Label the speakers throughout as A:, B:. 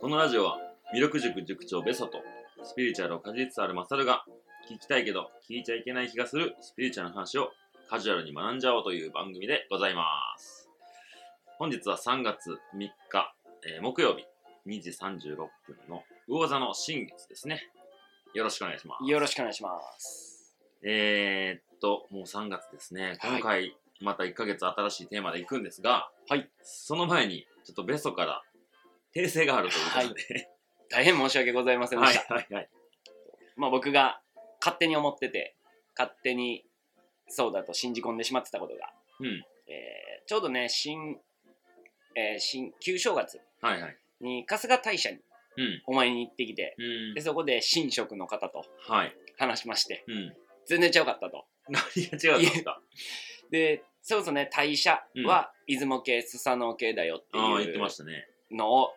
A: このラジオは魅力塾塾長ベソとスピリチュアルをかじりつつあるマサルが聞きたいけど聞いちゃいけない気がするスピリチュアルの話をカジュアルに学んじゃおうという番組でございます本日は3月3日、えー木曜日2時36分の魚座の新月ですねよろしくお願いします
B: よろしくお願いします。
A: えー、っと、もう3月ですね。今回、また1ヶ月新しいテーマでいくんですが、
B: はい
A: その前に、ちょっとベソから訂正があるということで、
B: 大変申し訳ございませんで
A: は
B: し
A: い、
B: た。
A: はい、はい。
B: まあ僕が勝手に思ってて、勝手にそうだと信じ込んでしまってたことが、
A: うん。
B: えーちょうどね、新、えー新、旧正月
A: はい、はい。
B: に春日大社に
A: うん。
B: お参りに行ってきて、
A: うん
B: で、。そこで神職の方と
A: はい。
B: 話しまして、
A: うん。
B: 全然ちゃうかったと。
A: 何が違うんですか
B: で、それこそね、大社は出雲系、スサノオ系だよって
A: ああ、言って
B: い
A: ま
B: う
A: したね。
B: のを、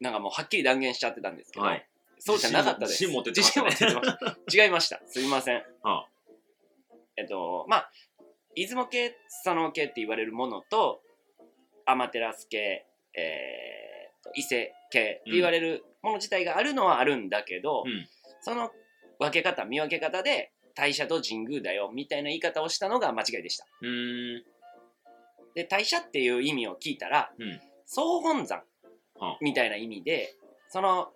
B: なんかもうはっきり断言しちゃってたんですけど、
A: はい。
B: そうじゃなかったです。
A: 自信持って言ってましたね
B: 自信持って言ってました違いました。すみません。
A: ああ
B: えっと、まあ、出雲系、佐野系って言われるものと、アマテラス系、えーと、伊勢系って言われるもの自体があるのはあるんだけど、
A: うん
B: その分け方、見分け方で、大社と神宮だよみたいな言い方をしたのが間違いでした。
A: うーん。
B: で、大社っていう意味を聞いたら、
A: うん
B: 総本山
A: はあ
B: みたいな意味で、その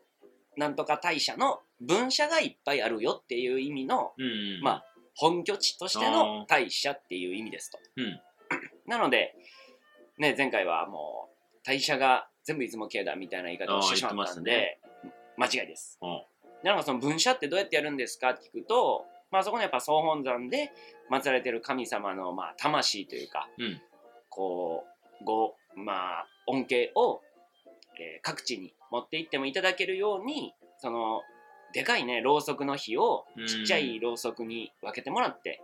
B: なんとか大社の分社がいっぱいあるよっていう意味の
A: うんうん。
B: まあ本拠地としての大社っていう意味ですと。
A: うん。
B: なので、ね、前回はもう大社が全部出雲系だみたいな言い方をしてしまったんで、間違いです。
A: あ
B: なのでその分社ってどうやってやるんですかって聞くと、まあ、そこのやっぱ総本山で祀られてる神様のまあ魂というか、
A: うん
B: こうごまあ恩恵を、えー各地に持って行ってもいただけるようにそのでかいねろうそくの火を
A: うん
B: ちっちゃいろうそくに分けてもらって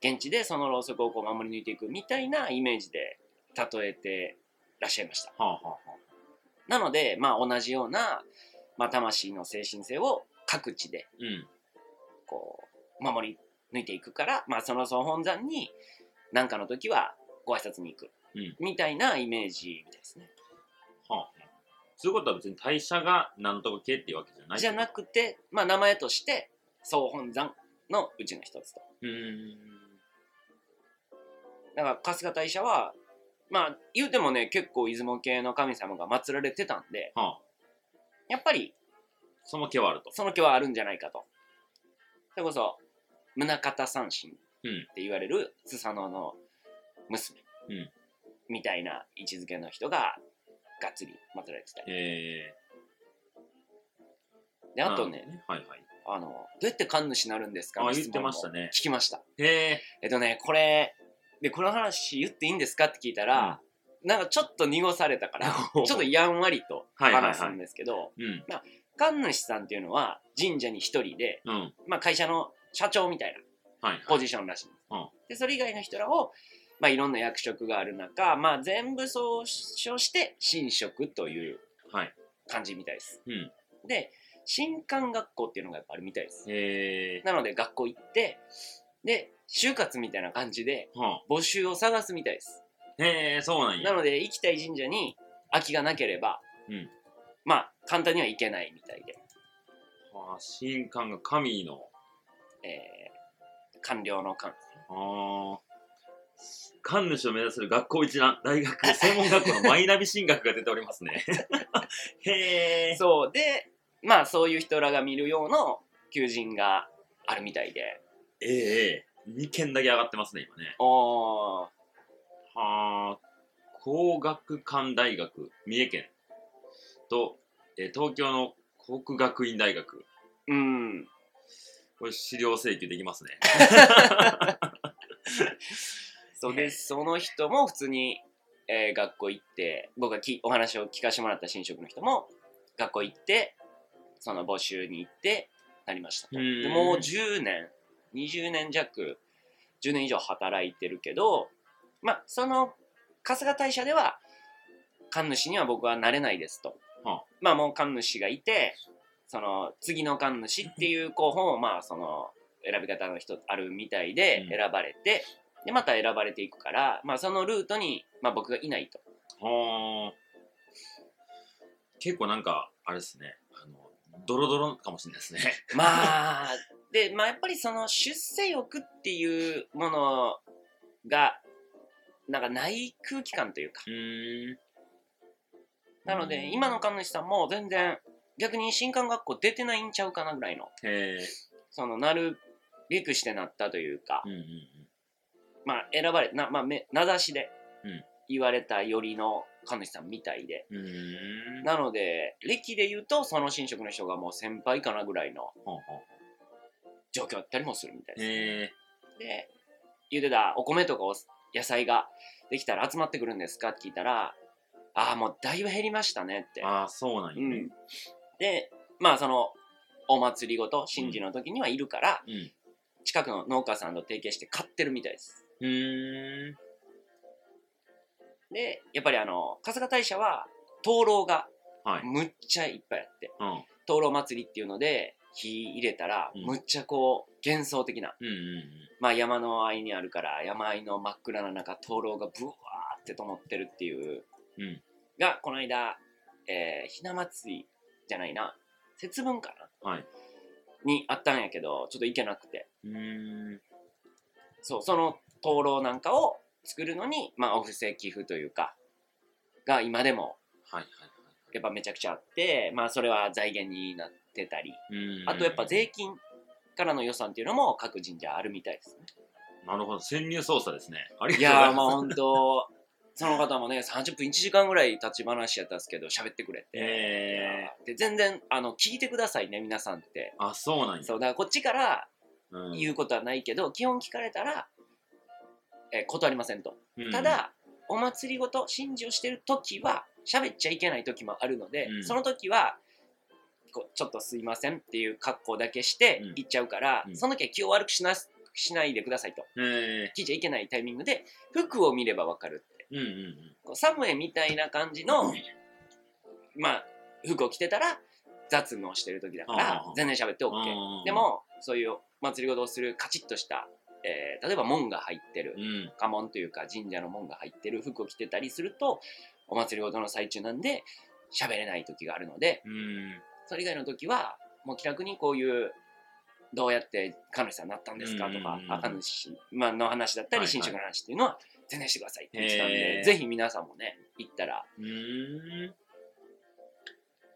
B: 現地でそのろうそくをこう守り抜いていくみたいなイメージで例えてらっしゃいました。
A: はあ、はあ、はあ。
B: なので、まあ、同じような、まあ、魂の精神性を各地で
A: うん。
B: こう守り抜いていくから、まあ、その総本山に何かの時はご挨拶に行く、
A: うん
B: みたいなイメージですね。
A: はあ。そういうことは別に代謝がなんとか系っていうわけじゃない。
B: じゃ
A: う
B: なくて、まあ、名前として総本山のうちの一つと。
A: ーん。
B: だから春日大社はまあ言うてもね結構出雲系の神様が祀られてたんで
A: はあ。
B: やっぱり
A: その毛はあると。
B: その気はあるんじゃないかと。それこそ宗像三神っ
A: うん
B: て言われるスサノオの娘、
A: うん
B: みたいな位置づけの人ががっつり祀られてたり
A: え
B: で
A: ー。
B: あとね、
A: なるほど。はい、
B: あのどうやって神主になるんですか
A: はい。あ、
B: の
A: 言っ
B: 質
A: て
B: 問も
A: ましたね。
B: 聞きました
A: へえ。
B: えっとねこれでこの話言っていいんですかって聞いたら、なんかちょっと濁され たからちょっとやんわりと
A: はいはいはい
B: 話すんですけど、
A: うん。
B: 神主さんっていうのは神社に一人で、
A: うん。はい
B: まあ、会社の社長みたいな
A: はい。
B: ポジションらしいんです、
A: うん
B: でそれ以外の人らを、まあ、いろんな役職がある中、まあ、全部総称して神職という
A: はい。
B: 感じみたいです、
A: うん
B: で神官学校っていうのがやっぱあるみたいです
A: へえ。
B: なので学校行ってで就活みたいな感じで
A: は
B: 募集を探すみたいです
A: あ。へえ、そうなんや。
B: なので行きたい神社に空きがなければ、
A: うん
B: まあ簡単には行けないみたいで、
A: はあ、神官が神の。
B: えー官僚の官
A: ああ。神主を目指する学校一覧、大学、専門学校のマイナビ進学が出ております ね。へえ。
B: そうでまあそういう人らが見る用の求人があるみたいで
A: えええ2件だけ上がってますね、今ね。
B: おー
A: はあ。工学館大学、三重県。と、えー東京の国学院大学。
B: うん
A: これ、資料請求できますね。
B: そうでその人も普通に、えー学校行って僕がきお話を聞かせてもらった新職の人も学校行ってその募集に行ってなりましたと
A: うーん
B: でもう10年20年弱10年以上働いてるけどまあその春日大社では神主には僕はなれないですと、
A: はあ
B: まあもう神主がいてその次の神主っていう候補もまあその選び方の人あるみたいで
A: うん
B: 選ばれて、でまた選ばれていくから、まあ、そのルートに、まあ、僕がいないと
A: はあ。結構なんか、あれですね、あの、ドロドロかもしれないですね。
B: まあ、 で、まあやっぱりその出世欲っていうものが、なんかない空気感と いうか。
A: うん。
B: なので、今の神主さんも全然、逆に新刊学校出てないんちゃうかなぐらいの、
A: へえ。
B: その、なるべくしてなったというか
A: う、んうん
B: まあ選ばれ、な、まあめ、名指しで
A: うん
B: 言われたよりの神主さんみたいで。
A: うん。うん。
B: なので、歴で言うと、その神職の人がもう先輩かなぐらいの
A: ほうほ
B: 状況だったりもするみたいうです。
A: へえ。
B: で、茹でたお米とかお野菜ができたら集まってくるんですかって聞いたら、ああ、もうだいぶ減りましたねって。
A: ああ、そうなん
B: う
A: やね。
B: ん、で、まあその、お祭りごと、神事の時にはいるから、
A: うん。
B: 近くの農家さんと提携して買ってるみたいです。
A: うーん。
B: で、やっぱりあの、春日大社は、灯籠が
A: はい。
B: むっちゃいっぱいあって、
A: うん。
B: 灯籠祭りっていうので、火入れたら、
A: うん
B: むっちゃこう、幻想的な、
A: うんうん
B: まあ山のあいにあるから山あいの真っ暗な中灯籠がブワーって灯ってるっていう、
A: うん
B: がこの間、えーひな祭りじゃないな節分かな、
A: はい
B: にあったんやけどちょっと行けなくて
A: うん。うーん。
B: そうその灯籠なんかを作るのに、まあ、お布施寄付というかが今でも
A: はいはいはい。
B: やっぱめちゃくちゃあって、まあ、それは財源になってたり
A: うんうん
B: あとやっぱ税金からの予算っていうのも各神社あるみたいですね
A: なるほど、潜入捜査ですね。あり
B: い
A: がとうござ
B: や
A: い
B: ーもう
A: ます。
B: 本当その方もね30分1時間ぐらい立ち話やったんですけど喋ってくれて、い
A: え
B: やーで全然あの聞いてくださいね皆さんって
A: ー、あ、そうなんや。
B: そうだからこっちから
A: うん
B: 言うことはないけど、基本聞かれたら、えー断りませんと
A: うん
B: た、だ、お祭りごと神事をしてる時は喋っちゃいけない時もあるので、
A: うん
B: その時はこうちょっとすいませんっていう格好だけして
A: うん
B: 行っちゃうから、
A: うん
B: その時は気を悪くしなしないでくださいと
A: え
B: 聞いちゃいけないタイミングで服を見ればわかるって
A: ー、うんうんうん。
B: こうサムエみたいな感じの、まあ、服を着てたら雑務をしてる時だか
A: あ
B: ら
A: ー
B: 全然喋って OK
A: うん
B: で、もそういう祭り事をするカチッとした、えー例えば門が入ってる
A: うん。
B: 家紋というか神社の門が入ってる服を着てたりするとお祭り事の最中なんで喋れない時があるので
A: うん。
B: それ以外の時はもう気楽にこういうどうやって神主さんになったんですかと
A: う
B: か
A: んうんうん
B: あ神主、まあの話だった
A: はいは
B: り
A: い
B: 神職の話っていうのは全然してくださいって言ってたん
A: へ
B: で
A: ー
B: ぜひ皆さんもね行ったら
A: うーん。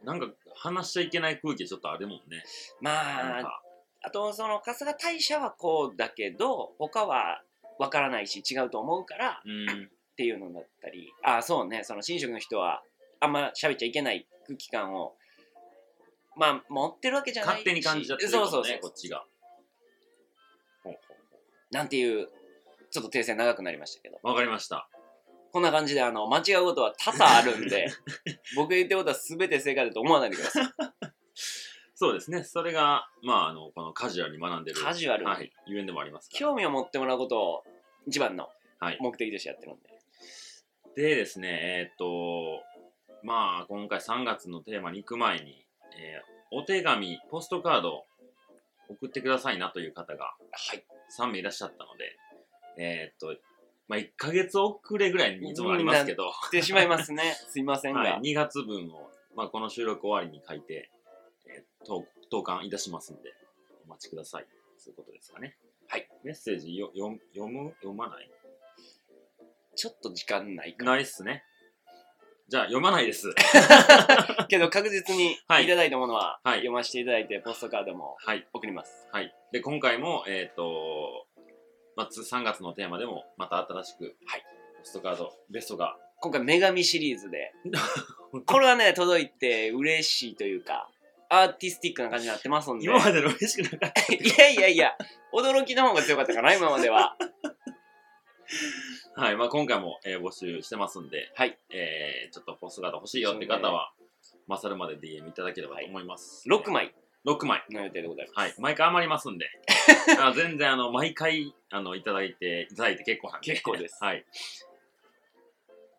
A: なんか、話しちゃいけない空気ちょっとあるもんね。
B: ま
A: なん
B: あ
A: か、
B: あとその春日大社はこうだけど他は分からないし違うと思うから
A: うん。
B: っていうのだったりああそうねその神職の人はあんま喋っちゃいけない空気感をまあ持ってるわけじゃない
A: 勝手に感じちゃってる
B: そ
A: も
B: うんそうそ
A: ね
B: う、
A: こっちが。ほうほうほ
B: なんていうちょっと訂正長くなりましたけど
A: うわかりました。
B: こんな感じであの間違うことは多々あるん で僕が言ってることは全て正解だと思わないでください
A: そうですね。それが、まあ、あの、このカジュアルに学んでる。
B: カジュアルに、
A: はい。ゆえんでもありますから。
B: 興味を持ってもらうことを一番の
A: はい
B: 目的としてやってるんで、
A: でですね、えーっと、まあ、今回3月のテーマに行く前に、えーお手紙、ポストカードを送ってくださいなという方が
B: はい
A: 3名いらっしゃったので、えーっと、まあ、1ヶ月遅れぐらいにいつもありますけど、は
B: してしまいます ねすいませんが、
A: い、2月分を、まあ、この収録終わりに書いて、えー投投函いたしますんで、お待ちください。ということですかね。
B: はい。
A: メッセージよ読む読む読まない
B: ちょっと時間ないか
A: ないっすね。じゃあ、読まない です。
B: けど確実にい
A: はい
B: ただいたものは
A: はい
B: 読ませていただいて、ポストカードも
A: はい。
B: 送ります
A: はい。で、今回も、えっ、と、まあ、つ3月のテーマでも、また新しく、
B: はい
A: ポストカード、ベストが、
B: 今回女神シリー ズでこれはね届いて嬉しいというかアーティスティックな感じになってますんでい
A: 今までの嬉しくなかった。
B: や いやいや驚きの方が強かったかな今までは
A: はい。まあ、今回も、えー募集してますんで、
B: はい
A: えーちょっとポストカード欲しいよって方は、マサルまで DM いただければと思います。
B: 6。枚
A: 6枚。
B: の予定でございます、
A: はい。毎回余ります んで、あ全然、あの、毎回、あの、いただいて、いただいて結構なんで。
B: 結構です
A: はい。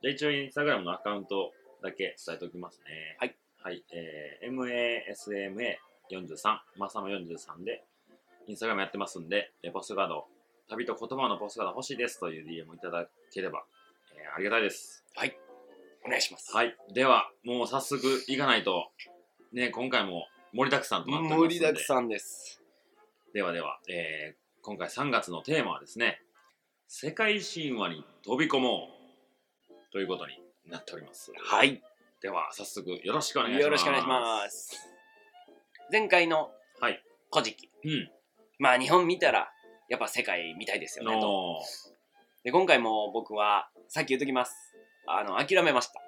A: じゃあ一応、インスタグラムのアカウントだけ伝えておきますね。
B: はい。
A: はい。えー、masma43、まさま43で、インスタグラムやってますんで、えーポストカード、旅と言葉のポストカード欲しいですという DM をいただければ、えーありがたいです。
B: はい。お願いします。
A: はい。では、もう早速行かないと、ね、今回も盛りだくさんとなっておりますので。
B: 盛りだくさんです。
A: ではでは、えー今回3月のテーマはですね、世界神話に飛び込もうということになっております。
B: はい。
A: では、早速よろしくお願いします。
B: よろしくお願いします。前回の
A: はい
B: 古事記。
A: うん。
B: まあ日本見たら、やっぱ世界みたいですよねと。
A: の
B: で、今回も僕は、さっき言っときます。あの、諦めました。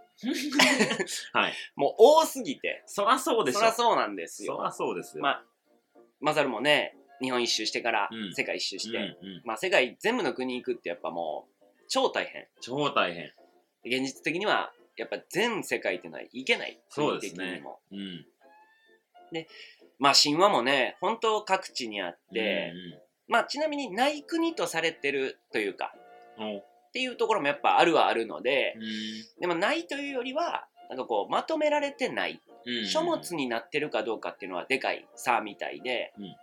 A: はい。
B: もう多すぎて。
A: そらそうでしょ。
B: そらそうなんです
A: そ
B: よ。
A: らそうですよ。
B: まあ、マサルもね、日本一周してから
A: うん
B: 世界一周して、
A: うんうん、
B: まあ世界全部の国行くってやっぱもう超大変。
A: 超大変。
B: 現実的にはやっぱ全世界っていうのはいけない。
A: そうですね
B: 国的にも
A: うん。
B: まあ神話もね、本当各地にあって、まあちなみにない国とされてるというか、
A: うんうん、お
B: っていうところもやっぱあるはあるので
A: う、ん
B: でもないというよりは、なんかこうまとめられてない
A: うん
B: 書物になってるかどうかっていうのはでかい差みたいで、
A: うん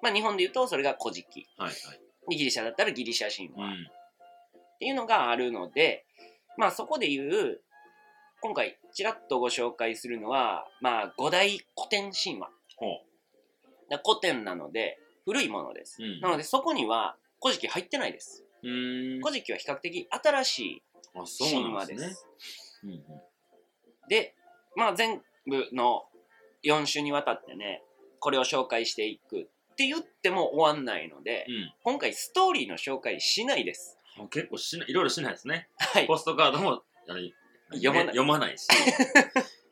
B: まあ日本で言うとそれが古事記
A: はい
B: でギリシャだったらギリシャ神
A: は
B: 話
A: い。
B: っ、ていうのがあるので、まあそこで言う今回ちらっとご紹介するのはまあ五大古典神話
A: ほ
B: だ古典なので古いものです、
A: う。うん。
B: なのでそこには古事記入ってないです
A: うん。
B: 古事記は比較的新しい
A: あ、そう
B: 神
A: な
B: 話
A: んで
B: です
A: すね。
B: で
A: うんうん
B: まあ全部の4週にわたってねこれを紹介していくって言っても終わんないので、今回ストーリーの紹介しないです
A: うん。結構しない、いろいろしないですね。
B: はい
A: ポストカードもあれ
B: 読まない
A: 読まない し、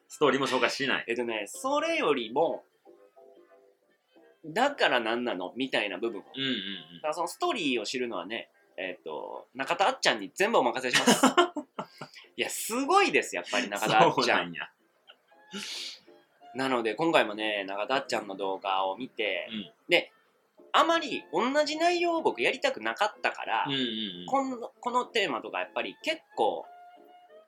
A: ストーリーも紹介しない。
B: えっとね、それよりも、だからなんなのみたいな部分。だ
A: うんうん
B: からそのストーリーを知るのはね、えっ、と、中田あっちゃんに全部お任せ します。いや、すごいです、やっぱり
A: うん。
B: 中田あっ
A: そう
B: ちゃ
A: なん
B: ん。
A: や。
B: なので、今回もね、中田あっちゃんの動画を見て、
A: うん
B: で、あまり同じ内容を僕やりたくなかったから、
A: うんうん
B: このこのテーマとかやっぱり結構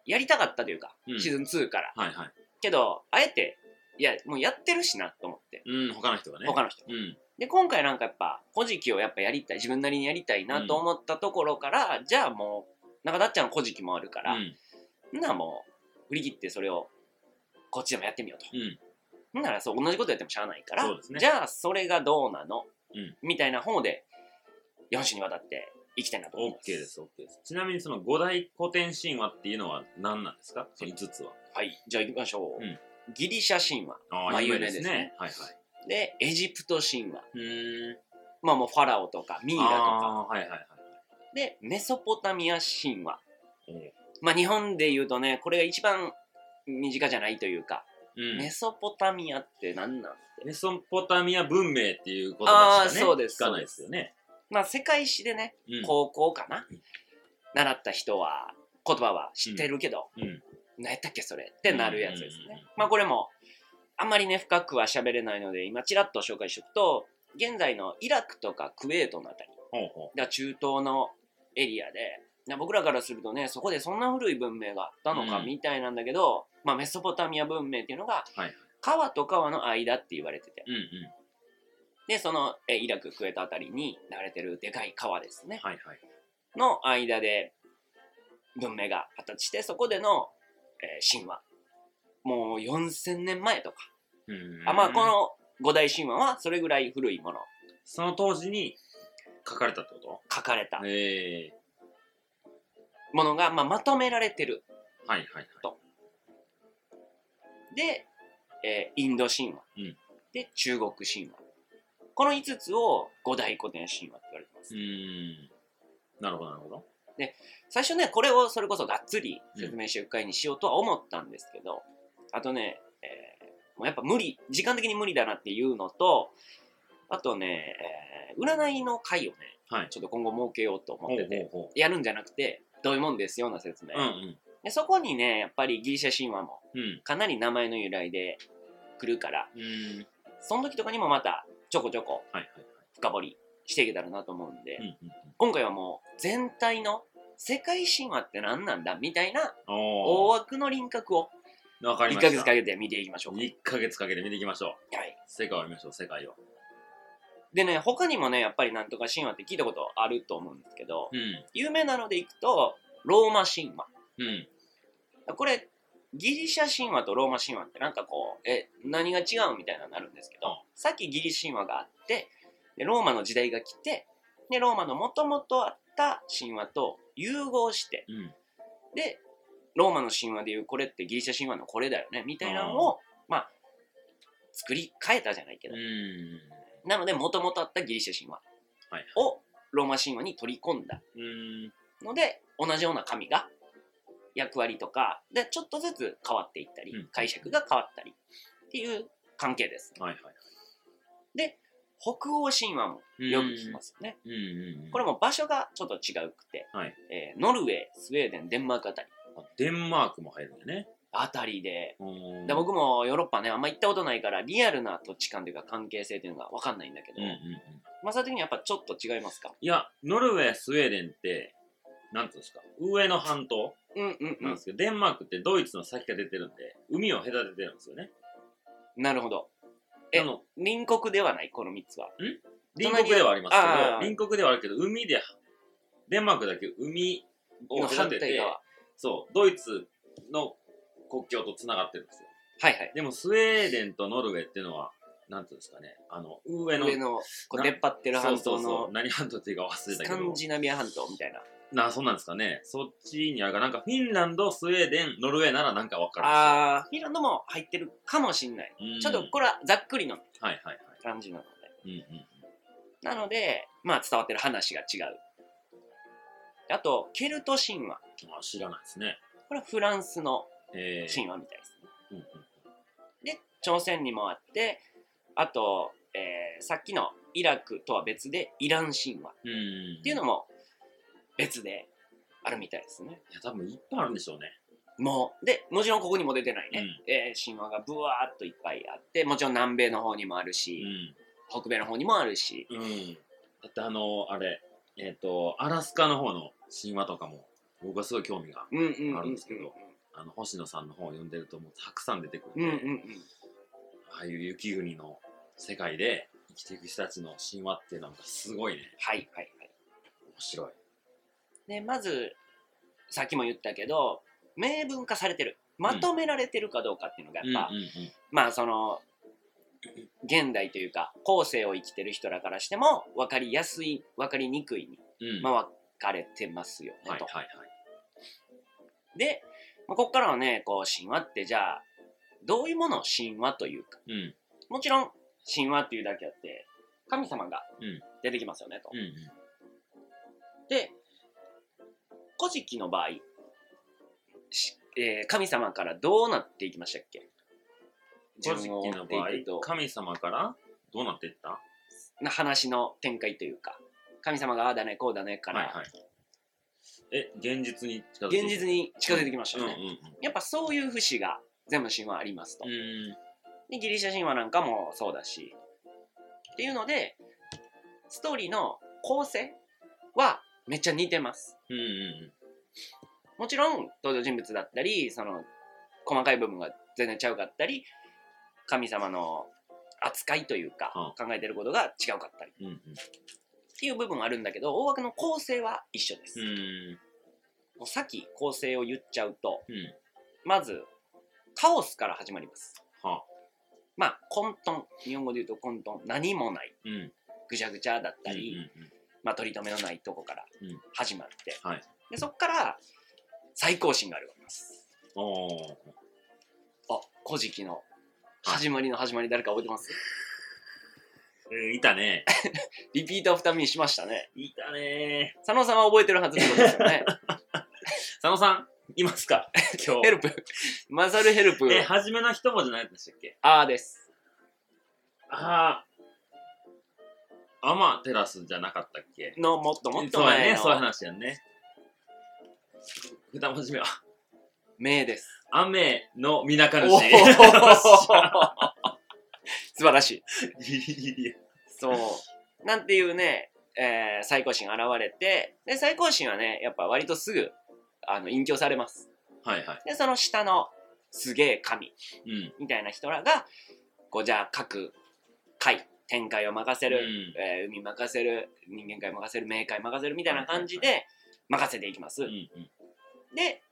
B: やりたかったというか、
A: うん
B: シーズン2から。
A: うん。はいはい。
B: けど、あえて、いや、もうやってるしなと思って、
A: うん、他の人がね。
B: 他の人。
A: うん。
B: で今回なんかやっぱ「古事記」をやっぱやりたい自分なりにやりたいなと思ったところから、じゃあもう中田っちゃんの「古事記」もあるか
A: う
B: ら、
A: ん。
B: ん、ならもう振り切ってそれをこっちでもやってみようと、
A: うん。
B: ん、ならそう同じことやってもしゃあないから
A: そうですね
B: じゃあそれがどうなの、
A: うん
B: みたいな方で4週にわたっていきたいなと思い
A: オッ
B: ます
A: ケーです、オッケーです。ちなみにその五大古典神話っていうのは何なんですかその五つは。
B: はいじゃあ行きましょう、
A: うん
B: ギリシャ神話
A: あ
B: まあ
A: 有名
B: 有名ですね。
A: はい
B: でエジプト神話
A: はい。うん。
B: まあもうファラオとかミイラとか
A: あーはいはいはい。
B: でメソポタミア神話
A: おう
B: まあ、日本で言うとねこれが一番身近じゃないというか、
A: うん
B: メソポタミアって何なんて、
A: メソポタミア文明っていう言葉しかね
B: あーそうです
A: 聞かないですよね。
B: まあ、世界史でね
A: うん
B: 高校かな、
A: うん
B: 習った人は言葉は知ってるけど、
A: うん
B: 何やったっけそれってなるやつですね、
A: うんうんうん
B: まあこれもあんまりね深くは喋れないので今ちらっと紹介しておくと現在のイラクとかクウェートのあたり
A: ほうほ
B: だから中東のエリアでな僕らからするとねそこでそんな古い文明があったのか
A: うん
B: みたいなんだけど、まあ、メソポタミア文明っていうのが、
A: はい
B: 川と川の間って言われてて
A: う。うんうん。
B: でそのえイラククエタあたりに流れてるでかい川ですね
A: はいはい。
B: の間で文明が発達してそこでの、えー神話もう4000年前とか、
A: うん
B: あまあこの五大神話はそれぐらい古いもの
A: その当時に書かれたってこ
B: 書かれた
A: とええ
B: ものが、まあ、まとめられてる
A: はいはいはい。
B: で、えーインド神話、
A: うん
B: で中国神話この5つを五大古典神話って言われてます、
A: うーん。なるほど、なるほど。
B: 最初ねこれをそれこそがっつり説明していく回にしようとは思ったんですけど、あとね、えーもうやっぱ無理時間的に無理だなっていうのとあとね、えー占いの回をね
A: はい。
B: ちょっと今後設けようと思ってて
A: ほうほ
B: やるんじゃなくてどういうもんですような説明、
A: う。うん
B: でそこにねやっぱりギリシャ神話も
A: うん。うん。
B: かなり名前の由来で来るから
A: うーん。
B: その時とかにもまたちょこちょこ
A: はいはいはい。
B: 深掘りしていけたらなと思うんで、
A: うんうんうん。
B: 今回はもう全体の世界神話って何なんだみたいな大
A: お
B: 枠の輪郭を
A: ー。わかり
B: 1
A: ま
B: ヶ
A: した。
B: 月かけて見ていきましょうか。
A: 1ヶ月かけて見ていきましょう。
B: はい、
A: 世界を見ましょう、世界を。
B: でね他にもねやっぱりなんとか神話って聞いたことあると思うんですけど
A: うん。
B: 有名なのでいくとローマ神話
A: うん。
B: これギリシャ神話とローマ神話ってなんかこうえ何が違うみたいなのになるんですけど、
A: うん
B: さっきギリシャ神話があってでローマの時代が来てでローマのもともとあった神話と融合して
A: うん。
B: でローマの神話でいうこれってギリシャ神話のこれだよねみたいなのを、まあ作り変えたじゃないけど、
A: うん。
B: なのでもともとあったギリシャ神話
A: はい
B: をローマ神話に取り込んだ
A: うん。
B: ので同じような神が役割とかでちょっとずつ変わっていったり、
A: うん
B: 解釈が変わったりっていう関係です
A: はいはい。
B: 北欧神話もよく聞きますよね
A: うんうんうん。
B: これも場所がちょっと違うくて、
A: はい
B: えーノルウェースウェーデンデンマークあたり
A: あデンマークも入るんだよね。
B: あたりで
A: うん
B: で僕もヨーロッパねあんま行ったことないからリアルな土地感というか関係性っていうのが分かんないんだけど、
A: うんうんうん。
B: まさ的にやっぱちょっと違いますか
A: いや、ノルウェー、スウェーデンって、なんていうんですか、上の半島
B: うんうんう
A: なん
B: ん、
A: ですけど、デンマークってドイツの先が出てるんで、海を隔ててるんですよね。
B: なるほどえ
A: なの
B: 隣国ではないこの3つは
A: 隣国ではありますけど、
B: 隣はあー
A: 隣国ではあるけど、海で、デンマークだけ海を隔て
B: 反対
A: て
B: 側、は
A: そう、ドイツの国境とつながってるんですよ。
B: いはい
A: でも、スウェーデンとノルウェーっていうのは、なんていうんですかね、あの、上の、
B: 上のこう
A: な
B: 出っ張ってる半
A: そうそ
B: 島
A: うそう
B: の
A: 何半島っていうか忘れ
B: ス
A: たけ
B: カ
A: ど
B: ン、ジナビア半島みたいな
A: な、そうなんですかね、そっちにあるか、なんかフィンランド、スウェーデン、ノルウェーならなんかわかるんですよ。
B: あーフィンランドも入ってるかもしんない
A: うん
B: ちょっとこれはざっくりの
A: はいはいはい。
B: 感じなので
A: うんうん
B: なのでまあ伝わってる話が違うあとケルト神話
A: うん。あ知らないですね。
B: これはフランスの
A: えー、
B: 神話みたいですね
A: うんうん。
B: で朝鮮にもあってあと、えーさっきのイラクとは別でイラン神話っ
A: うん。
B: ていうの
A: も。
B: も別であるみたいですね
A: いや、多分いっぱいあるんでしょうね。
B: もうでもちろんここにも出てないね、えー神話がブワーっといっぱいあってもちろん南米の方にもあるし、北米の方にもあるし
A: うん。うん。だってあの、あれ、えっ、と、アラスカの方の神話とかも、僕はすごい興味が、
B: うんうんうん
A: あ
B: う
A: るん
B: ん
A: ですけどあの、星野さんの本を読んでると、もうたくさん出てく
B: うんう
A: る
B: ん
A: ん
B: う
A: で、
B: ん
A: ああいう雪国の世界で生きていく人たちの神話っていうのは、すごいね、
B: はいはいはい
A: 面白い。
B: でまずさっきも言ったけど明文化されてるまとめられてるかどうかっていうのがやっぱ、
A: うんうんうん、
B: まあその現代というか後世を生きてる人らからしても分かりやすい分かりにくいに、
A: うん
B: まあ、分かれてますよねと。
A: はいはいはい。
B: で、まあ、ここからはねこう神話ってじゃあどういうものを神話というか
A: うん。
B: もちろん神話っていうだけあって神様が
A: うん
B: 出てきますよねと。
A: うん
B: で「古事記」の場合、しえー神様からどうなっていきましたっけ
A: 古事記の場
B: 順を追っていく
A: 合
B: と
A: 神様からどうなっていった
B: な話の展開というか神様がああだねこうだねから、
A: はいはい、え現実に近づいて
B: 現実
A: に
B: に近づいてきました
A: うん
B: よ
A: うん
B: ね、やっぱそういう節が全部神話ありますと、
A: うんうん
B: でギリシャ神話なんかもそうだしっていうのでストーリーの構成はめっちゃ似てます
A: うんうん
B: もちろん登場人物だったりその細かい部分が全然ちゃうかったり神様の扱いというか、考えてることが違うかったりっ
A: うんうん
B: ていう部分はあるんだけど大枠の構成は一緒です、
A: うん
B: もうさっき構成を言っちゃうと
A: うん
B: まずカオスから始まります
A: はあ
B: まあ混沌日本語で言うと混沌何もない
A: うん
B: ぐちゃぐちゃだったり、
A: うんうん
B: まあ取り留めのないとこから
A: うん
B: 始まって、
A: はい
B: でそこから最高神があります
A: おー
B: あ古事記の始まりの始まり誰か覚えてます
A: うんいたね
B: リピートアフターミーしましたね
A: いたね
B: 佐野さんは覚えてるはずってことです よね
A: 佐野さんいますか今
B: ヘ
A: 日
B: ルプマサルヘルプ
A: え初めの一文字何やったんでしたっけ
B: あーです
A: ああアマテラスじゃなかったっけ
B: のもっともっ
A: そ
B: と
A: うや
B: 前
A: ねそういう
B: の
A: 話やんね二文字目は
B: 名です
A: 雨のみなか
B: お
A: 主
B: お素晴らしいそうなんていうね、えー最高神が現れてで最高神はねやっぱ割とすぐあの隠居されます
A: はいはい。
B: でその下のすげえ神
A: うん。
B: みたいな人らがこうじゃあ各回展開を任せ
A: う
B: る、
A: ん
B: えー海任せる人間界任せる冥界任せるみたいな感じ
A: は
B: で任せていきます、
A: うんうん
B: で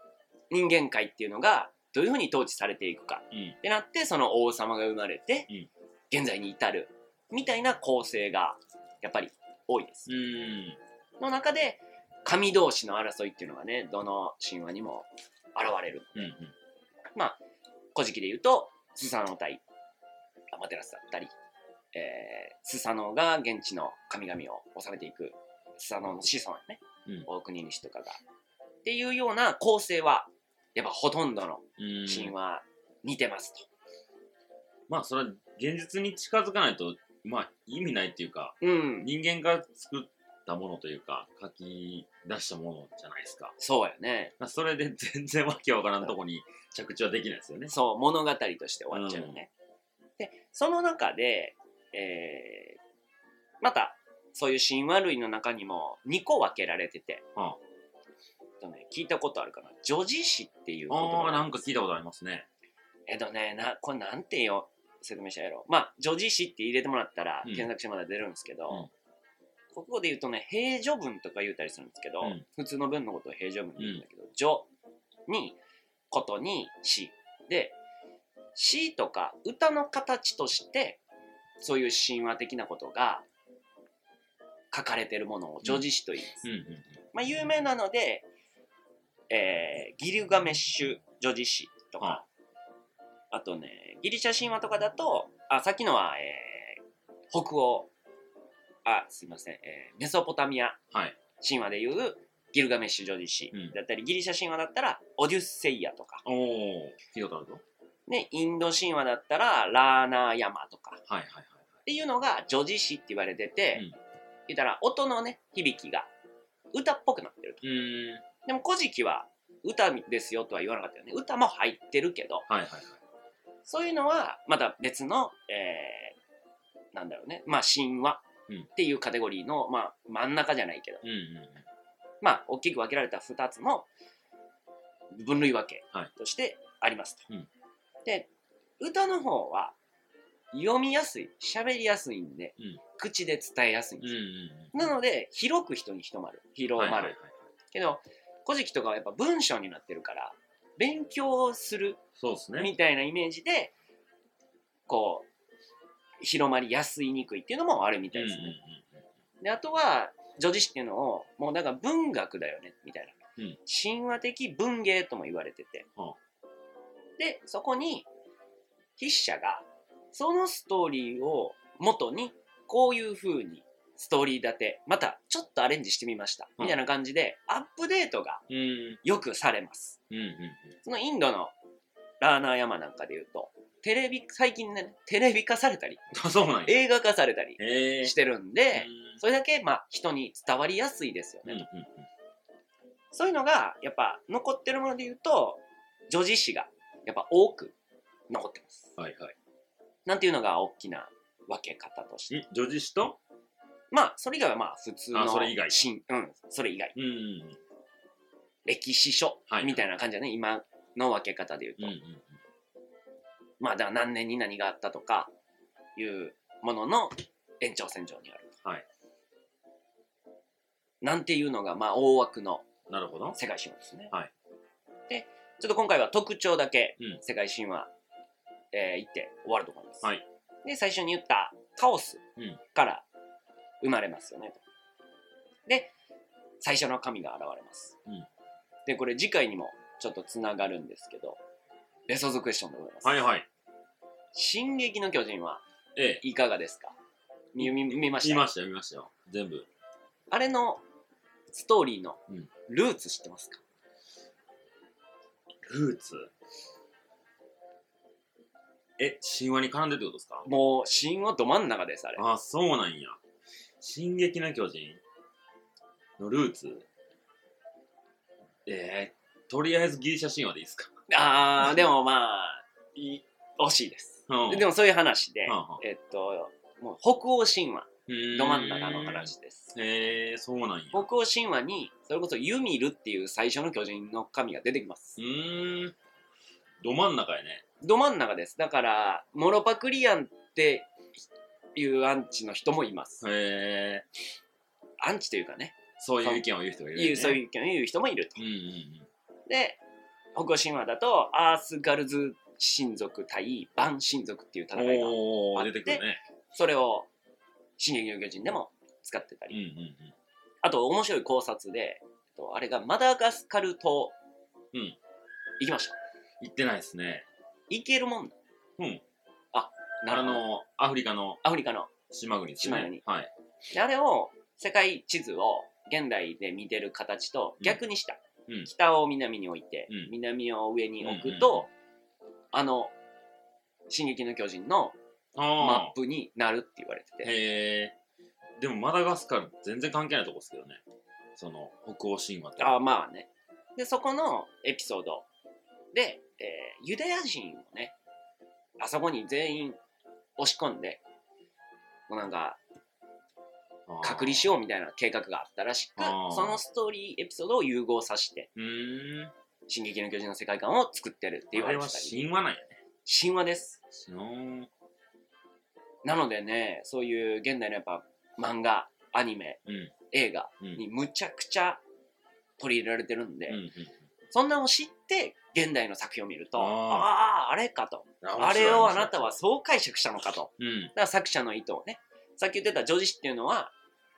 B: 人間界っていうのがどういうふうに統治されていくか
A: うん
B: ってなってその王様が生まれて、
A: うん
B: 現在に至るみたいな構成がやっぱり多いです。
A: うん
B: の中で神同士の争いっていうのがねどの神話にも現れる。
A: うんうん
B: まあ古事記で言うとスサノ対アマテラスだったり、えースサノが現地の神々を治めていくスサノの子孫やね、
A: うん
B: 大国主とかが。っていうような構成はやっぱほとんどの
A: うん
B: 神話似てますと。
A: まあそれは現実に近づかないとまあ意味ないっていうか
B: うん
A: 人間が作ったものというか書き出したものじゃないですか
B: そうやね。
A: まあそれで全然わけわからんとこに着地はできないですよね
B: そう、物語として終わっちゃうよね。で、その中で、えーまた、そういう神話類の中にも2個分けられてて、
A: うん
B: えっとね、聞いたことあるかな。女子詩っていう言
A: あ
B: 葉
A: あ
B: が
A: なんか聞いたことありますね
B: えっとね、なこれなんてよ説明したやろ。まあ、女子詩って入れてもらったら、
A: うん
B: 検索してまだ出るんですけど、
A: うん
B: 国語で言うとね、平序文とか言うたりするんですけど、
A: うん
B: 普通の文のことを平序文って言うんだけど、序に、ことに、詩。で、詩とか歌の形として、そういう神話的なことが書かれてるものを女子詩と言いま
A: う
B: す。
A: んうん
B: まあ、有名なので、えーギルガメッシュ女子詩とか、あとねギリシャ神話とかだとあさっきのは、えー北欧あすいません、えーメソポタミア
A: はい
B: 神話でいうギルガメッシュ女子詩
A: うん
B: だったり、ギリシャ神話だったらオデュッセイアとか、
A: おお聞いたことあるぞ
B: ね、インド神話だったらラーナーヤマとかっ
A: はいはいはい
B: ていうのが女子詩って言われてて、
A: うん
B: 言ったら音のね響きが歌っぽくなってる
A: う
B: と。
A: ーん
B: でも古事記は歌ですよとは言わなかったよね。歌も入ってるけど、
A: はいはいはい
B: そういうのはまた別の、えーなんだろうね、まあ神話
A: うん
B: っていうカテゴリーの、まあ真ん中じゃないけど、
A: うんうんうん
B: まあ大きく分けられた2つの分類分け
A: はい
B: としてありますと。
A: うん
B: で、歌の方は読みやすい、喋りやすいんで、
A: うん
B: 口で伝えやすいん
A: う
B: で
A: ん
B: すよ。
A: うん
B: なので、広く人に広まる。広
A: は
B: ま
A: いはい
B: る。
A: はい
B: けど古事記とかはやっぱ文章になってるから勉強をする
A: そうですね
B: みたいなイメージでこう広まりやすいにくいっていうのもあるみたいですね。であとは女子詩っていうのをもうなんか文学だよねみたいな、
A: うん
B: 神話的文芸とも言われてて、
A: うん
B: でそこに筆者がそのストーリーを元にこういう風にストーリー立てまたちょっとアレンジしてみました、
A: うん
B: みたいな感じでアップデートが
A: うんうん
B: よくされます
A: うんうんうん
B: そのインドのラーナー山なんかで言うとテレビ最近ねテレビ化されたり
A: あそうなんや
B: 映画化されたり
A: え
B: してるんで、
A: うん
B: それだけ、まあ、人に伝わりやすいですよ
A: う
B: ね、
A: んうん
B: そういうのがやっぱ残ってるもので言うと女子誌がやっぱ多く残ってます
A: うんはいはい
B: なんていうのが大きな分け方として
A: え女子誌と
B: まあそれ以外はまあ普通の
A: あそれ以外
B: 新うんそれ以外
A: うんうん
B: 歴史書
A: はい
B: みたいな感じだね、今の分け方で言
A: う
B: う
A: んう
B: と、
A: んうん
B: まあだから何年に何があったとかいうものの延長線上にある
A: はい
B: なんていうのがまあ大枠の
A: なるほど
B: 世界神話ですね。
A: はい
B: でちょっと今回は特徴だけ
A: うん
B: 世界神話、えー行って終わると思います。
A: はい
B: で最初に言ったカオス
A: うん
B: から生まれますよね。で最初の神が現れます。
A: うん
B: でこれ次回にもちょっとつながるんですけどレソーズクエスチョンでございます。
A: はいはい
B: 進撃の巨人は
A: ええ
B: いかがですか見見見まし
A: 見
B: た
A: ましたよ見ましたよ全部
B: あれのストーリーの
A: うん
B: ルーツ知ってますか、
A: ルーツえ神話に絡んでってことですか
B: もう神話ど真ん中ですあれ
A: あそうなんや「進撃の巨人」のルーツえー、とりあえずギリシャ神話でいいですか
B: あーでもまあい惜しいです
A: うん
B: でもそういう話で、
A: うんうん
B: えっともう北欧神話
A: うーん
B: ど真ん中の話です
A: へえー、そうなんや
B: 北欧神話にそれこそユミルっていう最初の巨人の神が出てきます
A: うーんど真ん中やね
B: ど真ん中ですだからモロパクリアンっていうアンチの人もいます
A: へえー、
B: アンチというかね
A: そういう意見を言う人がいるよ
B: い
A: ね
B: うそういう意見を言う人もいると
A: うんうんうん
B: で北欧神話だとアースガルズ親族対バン親族っていう戦いが
A: お
B: あ
A: ー
B: って
A: 出てくるね。
B: それを「進撃の巨人」でも使ってた
A: うん
B: り、あと面白い考察でえっとあれがマダガスカル島、
A: うん
B: 行きました
A: うん。行ってないですね。
B: 行けるもんだ
A: うん
B: あな
A: あ
B: るほど
A: の、アフリカの
B: アフリカの
A: 島国ですね。
B: 島国
A: はい。
B: であれを世界地図を現代で見てる形と逆にした、
A: うん
B: 北を南に置いて、
A: うん
B: 南を上に置くと、あの「進撃の巨人」のマ
A: あ
B: ップになるって言われて
A: ー。
B: て
A: へえ。でも、マダガスカル全然関係ないとこですけどね。その、北欧神話と。
B: あーまあねでそこのエピソードで、えーユダヤ人をねあそこに全員押し込んでもうなんか
A: あー
B: 隔離しようみたいな計画があったらしく
A: あー
B: そのストーリーエピソードを融合させて
A: うーん。
B: 「進撃の巨人」の世界観を作ってるって言わ
A: あれ
B: れて
A: は
B: たり
A: 神話なんやね。
B: 神話です
A: その
B: なのでねそういう現代のやっぱ漫画アニメ
A: うん。
B: 映画
A: うん。
B: にむちゃくちゃ取り入れられてるんで、
A: うんうん
B: そんなのを知って現代の作品を見ると
A: あー
B: ああーあれかと
A: うん
B: あれをあなたはそう解釈したのかと
A: うん
B: だ。から作者の意図をねさっき言ってた女子誌っていうのは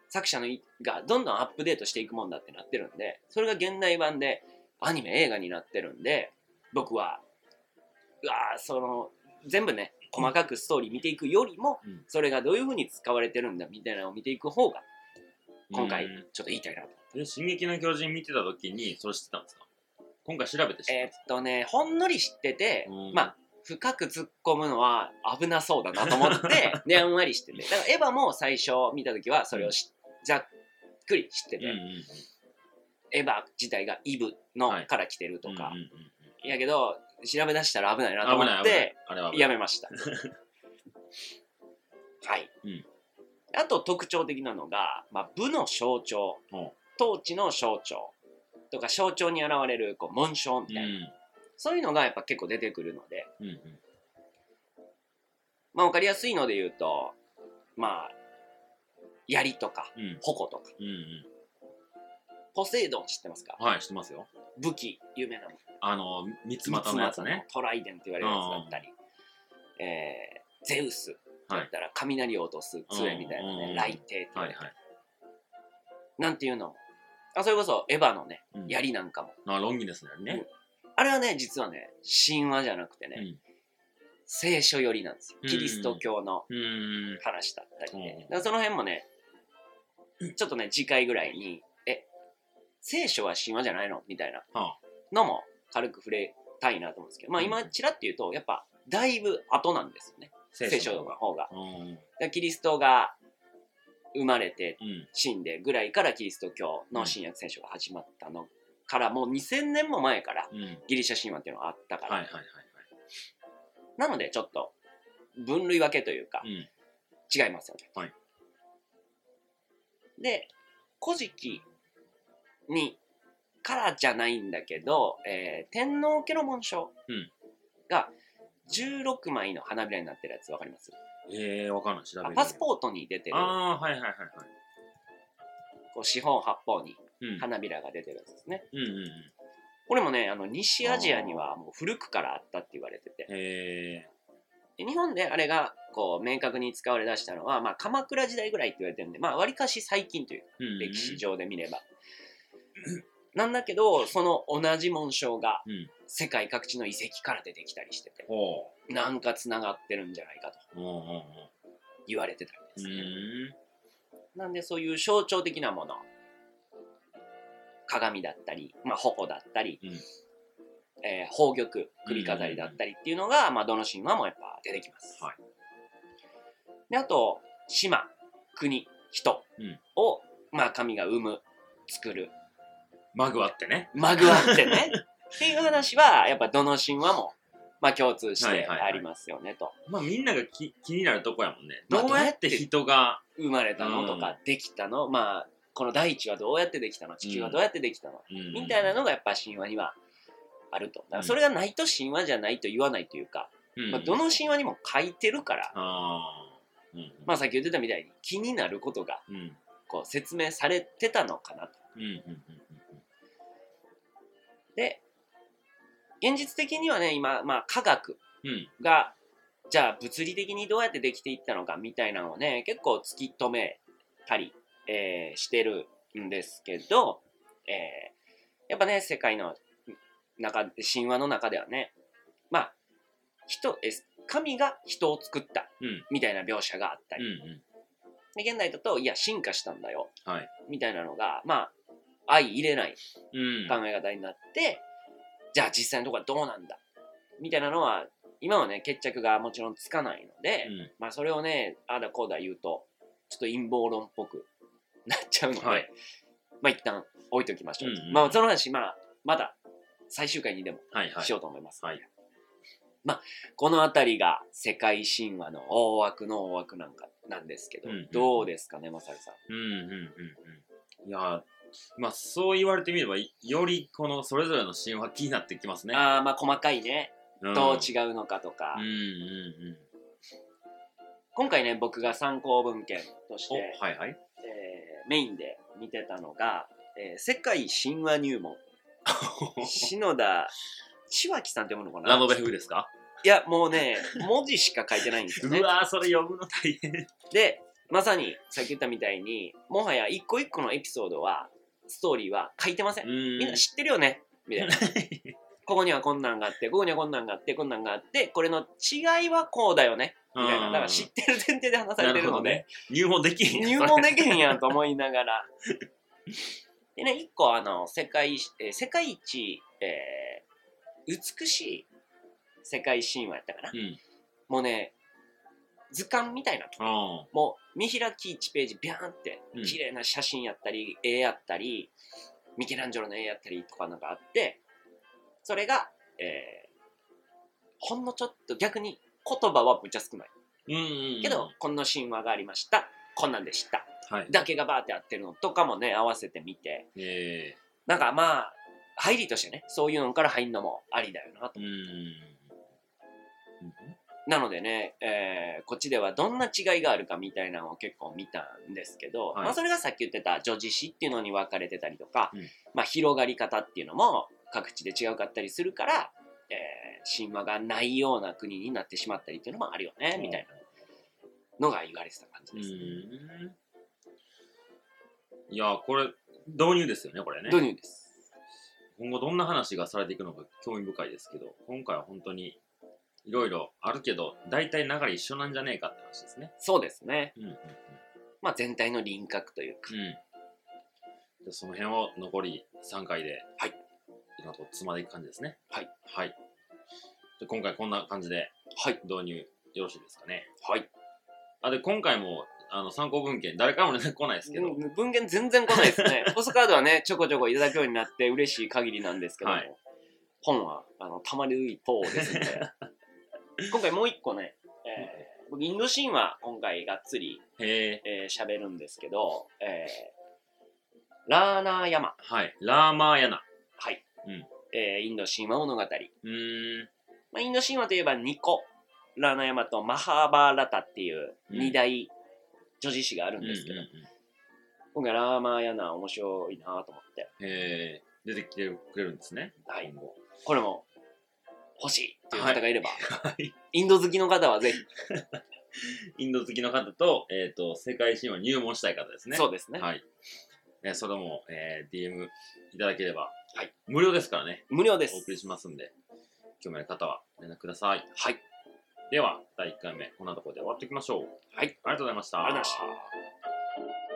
B: 作者の意がどんどんアップデートしていくもんだってなってるんでそれが現代版でアニメ映画になってるんで僕はうわーその全部ね細かくストーリー見ていくよりも、
A: うん
B: それがどういうふうに使われてるんだみたいなのを見ていく方が今回
A: うん
B: ちょっと言いたいなと。
A: で、進撃の巨人見てた時に、それ知ってたんですか今回調べて知っ
B: えー
A: て
B: っとねほんのり知ってて、
A: うん
B: まあ深く突っ込むのは危なそうだなと思って やんわりしててだからエヴァも最初見た時はそれをしざっくり知って
A: た
B: て、
A: うんうんうん
B: エヴァ自体がイブの
A: はい
B: から来てるとか、
A: うんうんうん
B: やけど調べ出したら危ないなと
A: 危
B: 思
A: ない
B: っ
A: 危ない
B: て。
A: あれは危な
B: や
A: い。
B: めました はい、
A: うん
B: あと特徴的なのが、まあ、部の象徴
A: ほ
B: 統治の象徴とか象徴に現れるこう紋章み
A: う
B: たいな、そういうのがやっぱ結構出てくるので
A: うんうんうん
B: まあ、わかりやすいので言うと、まあ、槍とか、
A: うん
B: 矛とか、
A: うん
B: ポセイドン知ってますか
A: うんはい、知ってますよ。
B: 武器、有名なもの。
A: あの、三つ股のやつね。
B: トライデンって言われるやつだったり、えー、ゼウスだったら雷を落とす杖みたいな
A: うん
B: ね、雷霆って言
A: は
B: わ
A: い
B: れる、
A: はい。
B: なんていうのも。あそれこそエヴァのね、
A: うん
B: 槍なんかも。
A: まあ、ロンギネスだよね。
B: あれはね、実はね、神話じゃなくてね、
A: うん
B: 聖書寄りなんですよ。
A: うん
B: キリスト教の
A: うーん。
B: 話だったりで、
A: うん
B: だからその辺もねちょっとね次回ぐらいに「え聖書は神話じゃないの?」みたいな
A: はあ
B: のも軽く触れたいなと思うんですけどまあ
A: うん
B: 今ちらっと言うとやっぱだいぶ後なんですよね聖書の
A: が。
B: 方が。だか
A: うん
B: らキリストが生まれて
A: うん。
B: 死んでぐらいからキリスト教の新約聖書が始まったのからもう2000年も前から
A: うん。
B: ギリシャ神話っていうのがあったから、
A: はいはいはいは
B: なのでちょっと分類分けというか
A: い。うん。
B: 違いますよね。
A: はい
B: で、古事記にからじゃないんだけど、えー天皇家の紋章
A: うん
B: が16枚の花びらになってるやつわかります
A: ええ、わかんない。調べ
B: あ
A: る。
B: パスポートに出てる
A: ああー、はいはいはいはい。
B: こう四方八方に
A: うん。
B: 花びらが出てるやつですね。
A: うんうんう
B: これもね、あの西アジアにはもう古くからあったって言われてて
A: ん。、へえ。
B: で日本であれがこう明確に使われだしたのは、まあ、鎌倉時代ぐらいって言われてるんで、まあ、わりかし最近という
A: うんうん
B: 歴史。上で見れば。なんだけどその同じ紋章が
A: うん
B: 世界各地の遺跡から出てきたりしてて
A: ほ
B: なんかつながってるんじゃないか
A: う。
B: と
A: うんうん
B: 言われてたり
A: うん。う
B: ですね、
A: ーん。
B: なんでそういう象徴的なもの鏡だったり、まあ、矛だったり、
A: うん
B: えー宝玉首飾りだったりっていうのが、まあ、どの神話もやっぱ出てきます、
A: はい
B: であと島国人
A: うん
B: を、まあ、神が生む作る
A: マグワってね。
B: まぐわってねっていう話はやっぱどの神話も、まあ、共通し
A: はい
B: て
A: はいはい
B: ありますよねと、
A: まあみんながき気になるとこやもんね。
B: まあ
A: どうやって人が、
B: 生まれたのと
A: う
B: かできたの、まあこの大地はどうやってできたの地球はどうやってできたの、みたいなのがやっぱ神話にはあるとだからそれがないと神話じゃないと言わないというか、
A: うん、
B: まあ、どの神話にも書いてるから、
A: ああ。うん。
B: まあ、さっき言ってたみたいに気になることが
A: うん。うん
B: こう説明されてたのかなと
A: うんうんうんうん。
B: で現実的にはね今、まあ、科学
A: うん。
B: がじゃあ物理的にどうやってできていったのかみたいなのをね結構突き止めたり、えーしてるんですけど、えーやっぱね世界の中神話の中ではねまあ人え神が人を作った
A: うん
B: みたいな描写があった
A: うん
B: り、で現代だといや進化したんだよ
A: うん。はい。
B: みたいなのがまあ相入れない
A: うん。
B: 考え方になって、じゃあ実際のところはどうなんだみたいなのは今はね決着がもちろんつかないので、
A: うん
B: まあそれをねああだこうだ言うとちょっと陰謀論っぽくなっちゃうので、
A: はい
B: まあ一旦置いておきましょう、
A: うんうん
B: まあその話、まあ、まだ最終回にでも
A: はいはい
B: し。ようと思います、
A: はい
B: まあこの辺りが世界神話の大枠の大枠なんかなんですけど、
A: うんうんうん
B: どうですかねまさるさん
A: うんうんうんうん。いやー、まあそう言われてみれば、いよりこのそれぞれの神話気になってきますね。
B: ああまあ細かいね
A: うん、
B: どう違うのかとか、
A: うんうんうん。
B: 今回ね僕が参考文献として、
A: お、はいはい。
B: えーメインで見てたのが「えー世界神話入 門」篠田千脇さんって読むのかな
A: ラノベ風ですか
B: いやもうね 文字しか書いてないんですよね
A: うわー、それ呼ぶの大変。
B: でまさにさっき言ったみたいにもはや一個一個のエピソードはストーリーは書いてません、みんな知ってるよねみ たいなここにはこんなんがあってここにはこんなんがあってこんなんがあってこれの違いはこうだよねみたいなだから知ってる前提で話されてるので、
A: ね。入門できへんやん。
B: 入門できへんやんと思いな がら。でね、一個あの、世界、えー世界一、えー美しい世界神話やったかな。
A: うん。
B: もうね、図鑑みたいなと。
A: あ
B: もう見開き1ページビャーンって
A: うん
B: 綺麗な写真やったり、絵やったりミケランジェロの絵やったりとかなんかあってそれが、えーほんのちょっと逆に言葉はむっちゃ少ない
A: ーうんうん。
B: けど、、こんな神話がありましたこんなんでした
A: はい。
B: だけがバーってやってるのとかもね合わせてみて
A: え
B: なんかまあ入りとしてねそういうのから入るのもありだよなと
A: ー、うん。
B: なのでね、えーこっちではどんな違いがあるかみたいなのを結構見たんですけど、
A: はい
B: まあ、それがさっき言ってた女子誌っていうのに分かれてたりとか、
A: うん
B: まあ、広がり方っていうのも各地で違うかったりするから、えー神話がないような国になってしまったりっていうのもあるよね、
A: うん
B: みたいなのが言われてた感じ
A: う
B: です、
A: ん。いやー、これ、導入ですよね、これね。
B: 導入です
A: 今後どんな話がされていくのか興味深いですけど今回は本当にいろいろあるけど大体流れ一緒なんじゃねえかって話ですね。
B: そうですね、
A: うんうんうん
B: まあ、全体の輪郭というか、
A: うん、でその辺を残り3回で、
B: はい、
A: ろいろと積までいく感じですね。
B: はい、
A: はい、で今回こんな感じで
B: はい
A: 導入よろしいですかね。
B: はい
A: あで今回もあの参考文献誰からも連絡来ないですけど、
B: うん文献全然来ないです ね。ポストカードはね、ちょこちょこいただくようになって嬉しい限りなんですけども、
A: はい
B: 本はあのたまる一方です ので、今回もう一個ね、えー僕インド神話、今回がっつり
A: へえ
B: えー喋、るんですけど、えーラーナーヤマ、
A: はいラーマーヤナ
B: はい
A: うん
B: えーインド神話物語、
A: うーん
B: まあ、インド神話といえばニコ、ラーナーヤマとマハーバーラタっていう二大女子詩があるんですけど、
A: うんうんうん
B: 今回ラーマーヤナ面白いなと思って、
A: へえ出てきてくれるんですね。
B: はい
A: 今後
B: これも欲しいという方がいれば、
A: い
B: インド好きの方はぜひ、
A: インド好きの方と、えっ、と、世界神話入門したい方ですね。
B: そううですね、
A: はい。ね、それも、えー DM いただければ、
B: はい
A: 無料ですからね、
B: 無料です
A: お送りしますんで、興味ある方は連絡ください。
B: はい
A: では、第1回目、こんなところで終わっていきましょう。あ
B: はい
A: りがとうございました。
B: ありがとうございました